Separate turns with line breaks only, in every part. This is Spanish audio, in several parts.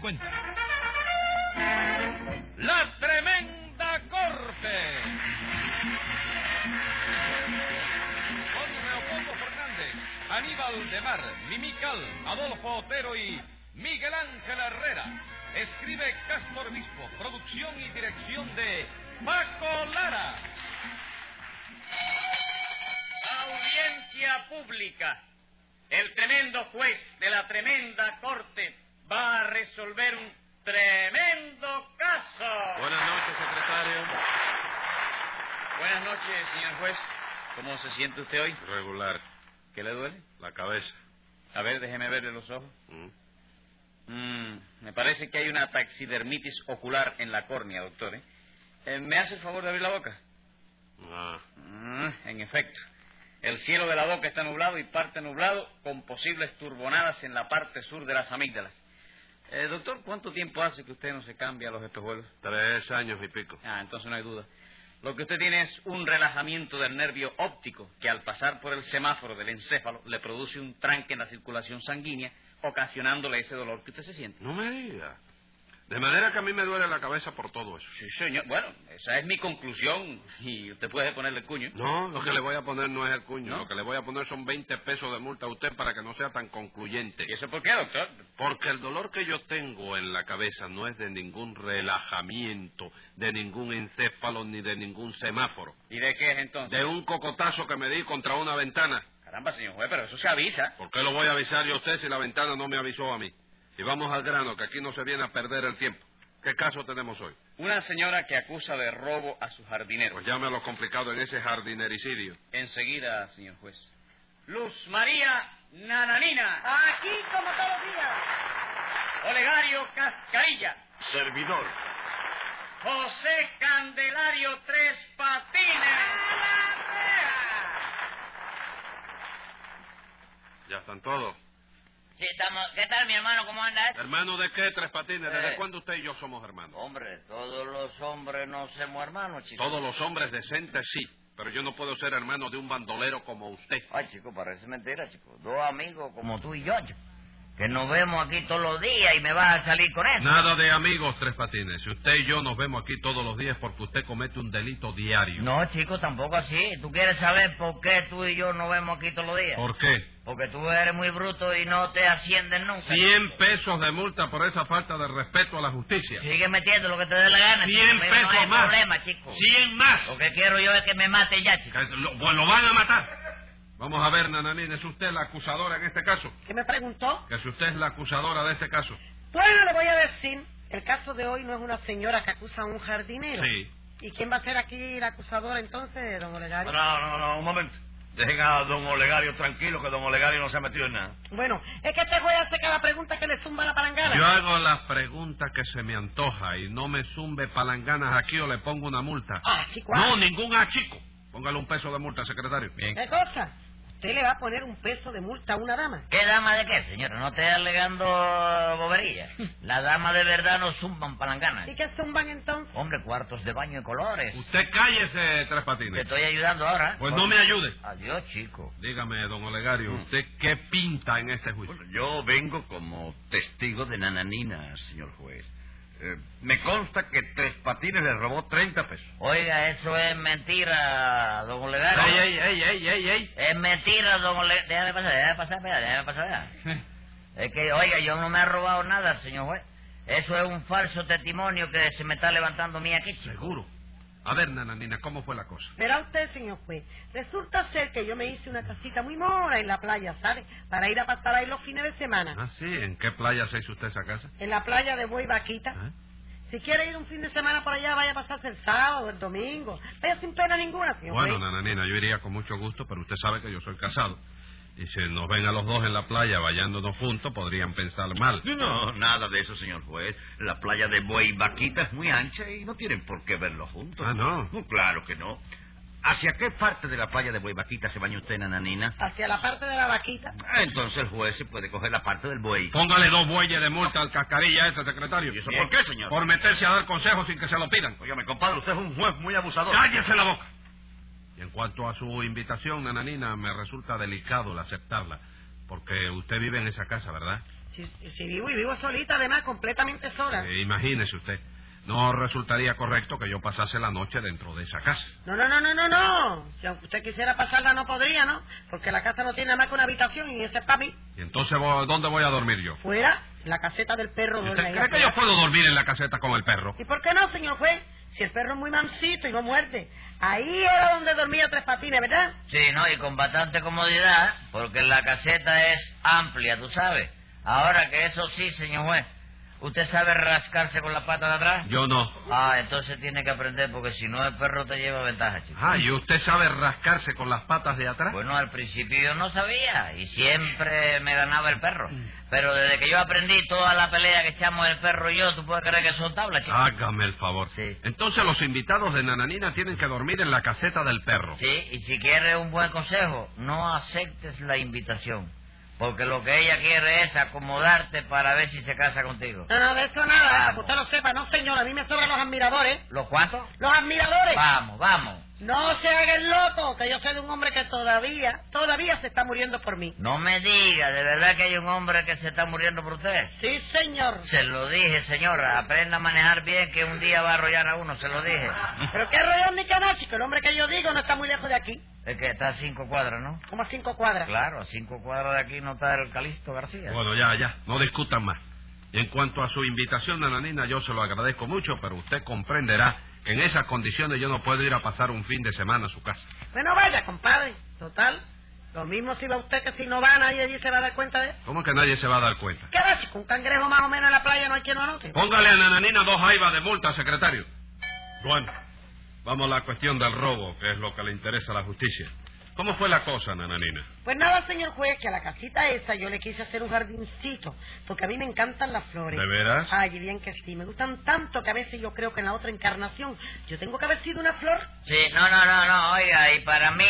cuenta. La tremenda corte. Con Leopoldo Fernández, Aníbal de Mar, Mimical, Adolfo Otero y Miguel Ángel Herrera. Escribe Castro Obispo, producción y dirección de Paco Lara.
Audiencia pública. El tremendo juez de la tremenda corte va a resolver un tremendo caso.
Buenas noches, secretario.
Buenas noches, señor juez. ¿Cómo se siente usted hoy?
Regular.
¿Qué le duele?
La cabeza.
A ver, déjeme verle los ojos.
¿Mm?
Mm, me parece que hay una taxidermitis ocular en la córnea, doctor. ¿eh? Eh, me hace el favor de abrir la boca?
Ah,
Mm, en efecto. El cielo de la boca está nublado y parte nublado con posibles turbonadas en la parte sur de las amígdalas. Eh, doctor, ¿cuánto tiempo hace que usted no se cambia los espejuelos?
tres años y pico.
Ah, entonces no hay duda. Lo que usted tiene es un relajamiento del nervio óptico que al pasar por el semáforo del encéfalo le produce un tranque en la circulación sanguínea, ocasionándole ese dolor que usted se siente.
No me diga. De manera que a mí me duele la cabeza por todo eso.
Sí, señor. Bueno, esa es mi conclusión y usted puede ponerle cuño.
No, lo que le voy a poner no es el cuño.
¿No?
Lo que le voy a poner son 20 pesos de multa a usted para que no sea tan concluyente.
¿Y eso por qué, doctor?
Porque el dolor que yo tengo en la cabeza no es de ningún relajamiento, de ningún encéfalo ni de ningún semáforo.
¿Y de qué es entonces?
De un cocotazo que me di contra una ventana.
Caramba, señor juez, pero eso se avisa.
¿Por qué lo voy a avisar yo a usted si la ventana no me avisó a mí? Y vamos al grano, que aquí no se viene a perder el tiempo. ¿Qué caso tenemos hoy?
Una señora que acusa de robo a su jardinero.
Pues llame a lo complicado en ese jardinericidio.
Enseguida, señor juez. Luz María Nananina.
Aquí como todos los días.
Olegario Cascarilla.
Servidor.
José Candelario Tres Patines.
Ya están todos.
Sí, estamos. ¿Qué tal, mi hermano? ¿Cómo andas?
¿Hermano de qué, Tres Patines? ¿Desde
Eh.
cuándo usted y yo somos hermanos?
Hombre, todos los hombres no somos hermanos, chico.
Todos los hombres decentes sí, pero yo no puedo ser hermano de un bandolero como usted.
Ay, chico, parece mentira, chico. Dos amigos como tú y yo, chico. Que nos vemos aquí todos los días y me vas a salir con eso.
Nada de amigos, Tres Patines. Si usted y yo nos vemos aquí todos los días porque usted comete un delito diario.
No, chico, tampoco así. ¿Tú quieres saber por qué tú y yo nos vemos aquí todos los días?
¿Por qué?
Porque tú eres muy bruto y no te ascienden nunca.
100 pesos de multa por esa falta de respeto a la justicia.
Sigue metiendo lo que te dé la gana. chico.
100
Conmigo
pesos
no hay
más.
problema, chico.
100 más.
Lo que quiero yo es que me mate ya, chico.
Que Lo, bueno, lo van a matar. Vamos a ver, Nananina, ¿es usted la acusadora en este caso?
¿Qué me preguntó?
Que si usted es la acusadora de este caso.
Bueno, le voy a decir. El caso de hoy no es una señora que acusa a un jardinero.
Sí.
¿Y quién va a ser aquí la acusadora entonces, don Olegario?
No, no, no, un momento. Dejen a don Olegario tranquilo, que don Olegario no se ha metido en nada.
Bueno, es que este juez hace cada pregunta que le zumba la palangana.
Yo hago las preguntas que se me antoja y no me zumbe palanganas aquí o le pongo una multa.
Ah, chico. ah.
No, ningún achico. Póngale un peso de multa, secretario. Bien.
¿Qué cosa? Usted le va a poner un peso de multa a una dama.
¿Qué dama de qué, señora? No te alegando bobería. Las damas de verdad no zumban palanganas.
¿Y qué zumban entonces?
Hombre, cuartos de baño y colores.
Usted cállese, Tres
Te
Patines.
estoy ayudando ahora.
Pues no me ayude.
Adiós, chico.
Dígame, don Olegario, ¿usted qué pinta en este juicio?
Bueno, yo vengo como testigo de Nananina, señor juez. Eh, me consta que Tres Patines le robó 30 pesos.
Oiga, eso es mentira, don Olegario.
Ey, ey, ey, ey, ey, ey.
Es mentira, don Olegario. Déjame pasar, déjame pasar, espera, déjame pasar. déjame. Es que, oiga, yo no me he robado nada, señor juez. Eso es un falso testimonio que se me está levantando a mí aquí, chico.
Seguro. A ver, Nananina, ¿cómo fue la cosa?
Verá usted, señor juez, resulta ser que yo me hice una casita muy mora en la playa, ¿sabe? Para ir a pasar ahí los fines de semana.
Ah, sí, ¿en qué playa se hizo usted esa casa?
En la playa de Buey Vaquita.
¿Ah?
Si quiere ir un fin de semana por allá, vaya a pasarse el sábado, el domingo. Vaya sin pena ninguna, señor
Bueno,
juez.
nananina, yo iría con mucho gusto, pero usted sabe que yo soy casado. Y si nos ven a los dos en la playa bañándonos juntos, podrían pensar mal.
No, nada de eso, señor juez. La playa de Buey Vaquita es muy ancha y no tienen por qué verlo juntos.
Ah, ¿no?
claro que no. ¿Hacia qué parte de la playa de Buey Vaquita se baña usted, Nananina?
Hacia la parte de la vaquita.
Ah, Entonces el juez se puede coger la parte del buey.
Póngale dos bueyes de multa al cascarilla ese, secretario.
¿Y eso por qué, señor? Pues,
Por meterse a dar consejos sin que se lo pidan.
Óigame, compadre, usted es un juez muy abusador.
¡Cállese la boca! Y en cuanto a su invitación, nananina, me resulta delicado el aceptarla. Porque usted vive en esa casa, ¿verdad?
Sí, Si, si vivo y vivo solita, además, completamente sola.
Eh, imagínese usted, no resultaría correcto que yo pasase la noche dentro de esa casa.
No, no, no, no, no, no. Si aunque usted quisiera pasarla, no podría, ¿no? Porque la casa no tiene nada más que una habitación y esa es para mí.
¿Y entonces vo- dónde voy a dormir yo?
Fuera, en la caseta del perro.
¿Usted
duerme ahí
cree que
afuera.
yo puedo dormir en la caseta con el perro?
¿Y por qué no, señor juez? Si el perro es muy mansito y no muerde. Ahí era donde dormía Tres Patines, ¿verdad?
Sí, ¿no? Y con bastante comodidad, porque la caseta es amplia, tú sabes. Ahora que eso sí, señor juez, ¿usted sabe rascarse con la pata de atrás?
Yo no.
Ah, entonces tiene que aprender, porque si no el perro te lleva ventaja, chico.
Ah, ¿y usted sabe rascarse con las patas de atrás?
Bueno, al principio yo no sabía y siempre me ganaba el perro. Pero desde que yo aprendí toda la pelea que echamos el perro y yo, tú puedes creer que son tablas, chico.
Hágame el favor.
Sí.
Entonces los invitados de Nananina tienen que dormir en la caseta del perro.
Sí, y si quieres un buen consejo, no aceptes la invitación. Porque lo que ella quiere es acomodarte para ver si se casa contigo.
No, no, de eso nada,
Vamos.
para que usted lo sepa. No, señor, a mí me sobran los admiradores.
¿Los cuantos?
¡Los admiradores!
Vamos, vamos.
No se haga el loco, que yo soy de un hombre que todavía, todavía se está muriendo por mí.
No me diga, ¿de verdad que hay un hombre que se está muriendo por usted?
Sí, señor.
Se lo dije, señora. Aprenda a manejar bien que un día va a arrollar a uno, se lo dije.
Pero qué rollo ni canal, chico. El hombre que yo digo no está muy lejos de aquí,
Es que está a cinco cuadras, ¿no?
como a cinco cuadras.
Claro, a cinco cuadras de aquí no está el Calixto García.
Bueno, ya, ya, no discutan más. Y en cuanto a su invitación, Nananina, yo se lo agradezco mucho, pero usted comprenderá que en esas condiciones yo no puedo ir a pasar un fin de semana a su casa.
Bueno, vaya, compadre. Total, lo mismo si va usted que si no va, nadie allí se va a dar cuenta de eso.
¿Cómo que nadie se va a dar cuenta?
¿Qué va, chico? Un cangrejo más o menos en la playa no hay quien lo anote.
Póngale a Nananina dos jaivas de multa, secretario. Bueno, vamos a la cuestión del robo, que es lo que le interesa a la justicia. ¿Cómo fue la cosa, Nananina?
Pues nada, señor juez, que a la casita esa yo le quise hacer un jardincito, porque a mí me encantan las flores.
¿De veras?
Ay, bien que sí, me gustan tanto que a veces yo creo que en la otra encarnación yo tengo que haber sido una flor.
Sí, no, no, no, no, oiga, y para mí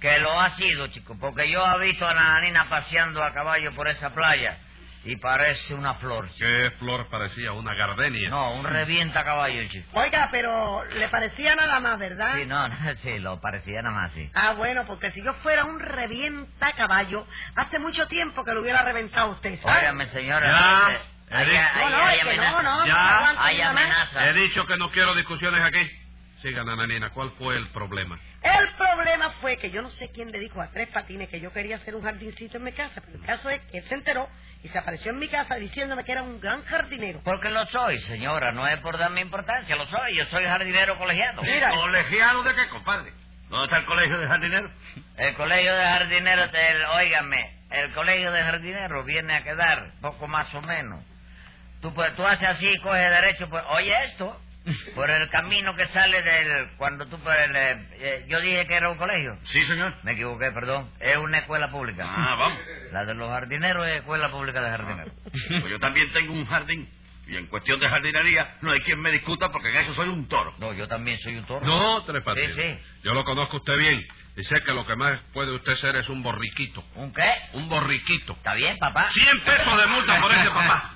que lo ha sido, chico, porque yo he visto a Nananina paseando a caballo por esa playa y parece una flor, chico.
¿Qué flor parecía una gardenia?
No, un revienta caballo, chico.
Oiga, pero le parecía nada más, ¿verdad?
Sí, no, no, sí, lo parecía nada más, sí.
Ah, bueno, porque si yo fuera un revienta caballo, hace mucho tiempo que lo hubiera reventado usted, ¿sabe?
Óigame, señora.
Ya,
mire, hay,
Eric.
hay-
No, no,
hay
es que no,
amenaza.
no,
Ya. no
aguanto
hay
ni una más.
amenaza.
He dicho que no quiero discusiones aquí. Siga, Nananina, ¿cuál fue el problema?
El problema fue que yo no sé quién le dijo a Tres Patines que yo quería hacer un jardincito en mi casa, pero el caso es que él se enteró y se apareció en mi casa diciéndome que era un gran jardinero.
Porque lo soy, señora, no es por darme importancia, lo soy, yo soy jardinero colegiado.
Mira.
¿Colegiado de qué, compadre? ¿Dónde está el colegio de jardineros?
El colegio de jardineros, del, óigame, el colegio de jardineros viene a quedar poco más o menos. Tú, pues, tú haces así, coges derecho, pues, oye esto, por el camino que sale del, cuando tú, por el, eh, eh, yo dije que era un colegio.
Sí, señor.
Me equivoqué, perdón, es una escuela pública.
Ah, vamos.
La de los jardineros es escuela pública de jardineros.
Ah.
Pues yo también tengo un jardín. Y en cuestión de jardinería, no hay quien me discuta porque en eso soy un toro.
No, yo también soy un toro.
No, Tres Patines.
Sí, sí.
Yo lo conozco a usted bien. Y sé que lo que más puede usted ser es un borriquito.
¿Un qué?
Un borriquito.
¿Está bien, papá?
100 pesos de multa por ese papá.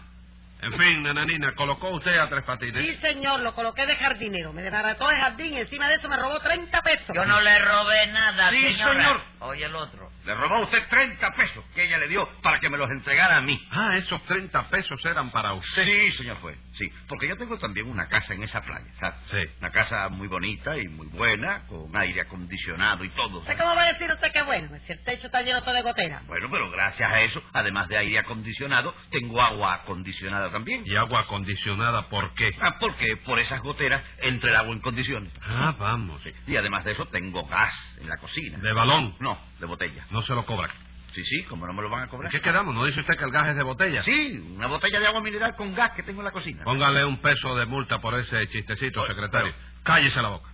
En fin, nananina, colocó usted a Tres Patines.
Sí, señor, lo coloqué de jardinero. Me desbarató de jardín y encima de eso me robó 30 pesos.
Yo no le robé nada,
Sí,
señora.
señor.
Oye, el otro.
Le robó a usted 30 pesos que ella le dio para que me los entregara a mí.
Ah, esos 30 pesos eran para usted.
Sí, señor juez. Sí, porque yo tengo también una casa en esa playa, ¿sabes?
Sí.
Una casa muy bonita y muy buena, con aire acondicionado y todo.
¿Usted cómo va a decir usted que bueno? Si el techo está lleno todo de goteras.
Bueno, pero gracias a eso, además de aire acondicionado, tengo agua acondicionada también.
¿Y agua acondicionada por qué?
Ah, porque por esas goteras entra el agua en condiciones.
Ah, vamos.
Sí. Y además de eso, tengo gas en la cocina.
De balón.
No, de botella.
No se lo cobran.
Sí, sí, como no me lo van a
¿En
cobrar.
qué quedamos? ¿No dice usted que el gas es de botella?
Sí, una botella de agua mineral con gas que tengo en la cocina.
Póngale un peso de multa por ese chistecito,
Oye,
secretario. Cállese la boca.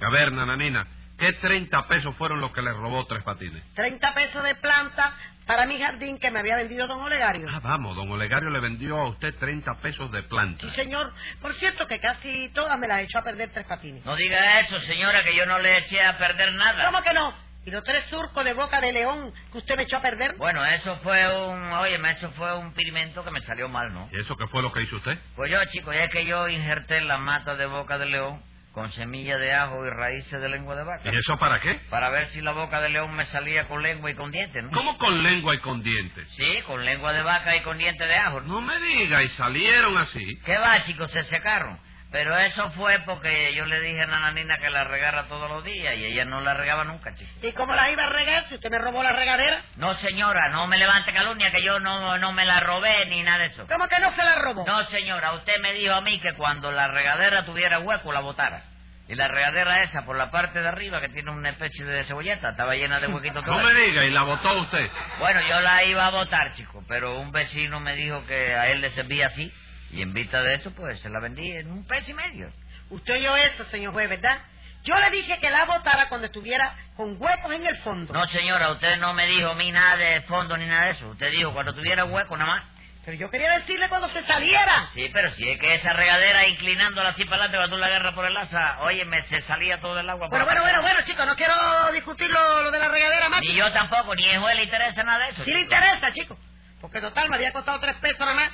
A ver, nananina, ¿qué 30 pesos fueron los que le robó Tres Patines?
30 pesos de planta para mi jardín que me había vendido don Olegario.
Ah, vamos, don Olegario le vendió a usted 30 pesos de planta.
Sí, señor. Por cierto, que casi todas me las echó a perder Tres Patines.
No diga eso, señora, que yo no le eché a perder nada.
¿Cómo que no? Y los tres surcos de boca de león que usted me echó a perder.
Bueno, eso fue un... Óyeme, eso fue un pigmento que me salió mal, ¿no?
¿Y eso qué fue lo que hizo usted?
Pues yo, chico, ya es que yo injerté la mata de boca de león con semilla de ajo y raíces de lengua de vaca.
¿Y eso para qué?
Para ver si la boca de león me salía con lengua y con dientes, ¿no?
¿Cómo con lengua y con dientes?
Sí, con lengua de vaca y con dientes de ajo.
No
¿no?
me diga, y salieron así.
¿Qué va, chicos? Se secaron. Pero eso fue porque yo le dije a Nananina que la regara todos los días y ella no la regaba nunca, chico.
¿Y cómo la iba a regar si usted me robó la regadera?
No, señora, no me levante calumnia que yo no, no me la robé ni nada de eso.
¿Cómo que no se la robó?
No, señora, usted me dijo a mí que cuando la regadera tuviera hueco la botara. Y la regadera esa, por la parte de arriba, que tiene una especie de cebolleta, estaba llena de huequitos
No
todos.
me diga, y la votó usted.
Bueno, yo la iba a votar, chico, pero un vecino me dijo que a él le servía así. Y en vista de eso, pues se la vendí en un peso y medio.
Usted oyó eso, señor juez, ¿verdad? Yo le dije que la botara cuando estuviera con huecos en el fondo.
No, señora, usted no me dijo a mí nada de fondo ni nada de eso. Usted dijo cuando tuviera hueco nada más.
Pero yo quería decirle cuando se saliera.
Sí, pero si es que esa regadera inclinándola así para adelante cuando tú la agarras por el asa, óyeme, se salía todo el agua. por
Bueno,
la
bueno,
parte
bueno, bueno, chicos, no quiero discutir lo, lo de la regadera más.
Ni yo tampoco, ni a Joel le interesa nada de eso.
Sí le
chico.
interesa, chicos. Porque total me había costado tres pesos nada más.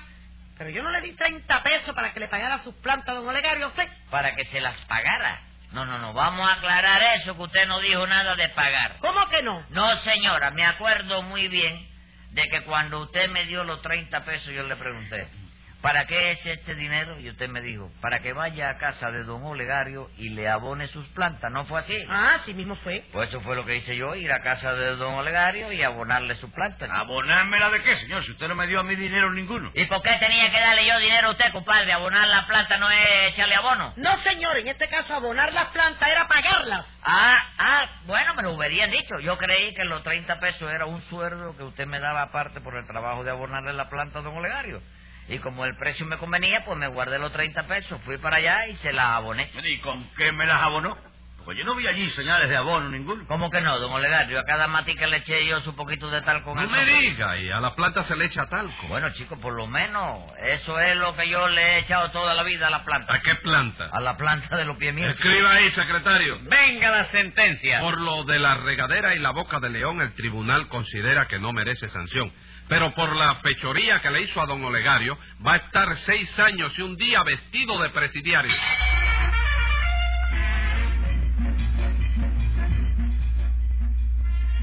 Pero yo no le di 30 pesos para que le pagara sus plantas, don Olegario, a usted.
Para que se las pagara. No, no, no, vamos a aclarar eso, que usted no dijo nada de pagar.
¿Cómo que no?
No, señora, me acuerdo muy bien de que cuando usted me dio los 30 pesos, yo le pregunté, ¿para qué es este dinero? Y usted me dijo, para que vaya a casa de don Olegario y le abone sus plantas. ¿No fue así?
Ah, sí mismo fue.
Pues eso fue lo que hice yo, ir a casa de don Olegario y abonarle sus plantas.
¿Abonármela de qué, señor? Si usted no me dio a mí dinero ninguno.
Ah, ¿Y por qué tenía que darle yo dinero a usted, compadre? Abonar la planta no es echarle abono.
No, señor, en este caso abonar las plantas era pagarlas.
Ah, ah, bueno, me lo hubieran dicho. Yo creí que los 30 pesos era un sueldo que usted me daba aparte por el trabajo de abonarle la planta a don Olegario. Y como el precio me convenía, pues me guardé los 30 pesos, fui para allá y se la aboné.
Mire, ¿Y con qué me las abonó? Porque yo no vi allí señales de abono ninguno.
¿Cómo que no, don Olegario? A cada matica le eché yo su poquito de talco. en
No
el
me
sombrero.
diga, y a la planta se le echa talco.
Bueno, chicos, por lo menos eso es lo que yo le he echado toda la vida a la planta.
¿A qué planta?
A la planta de los pies míos.
Escriba ahí, secretario.
Venga la sentencia.
Por lo de la regadera y la boca de león, el tribunal considera que no merece sanción. Pero por la fechoría que le hizo a don Olegario, va a estar seis años y un día vestido de presidiario.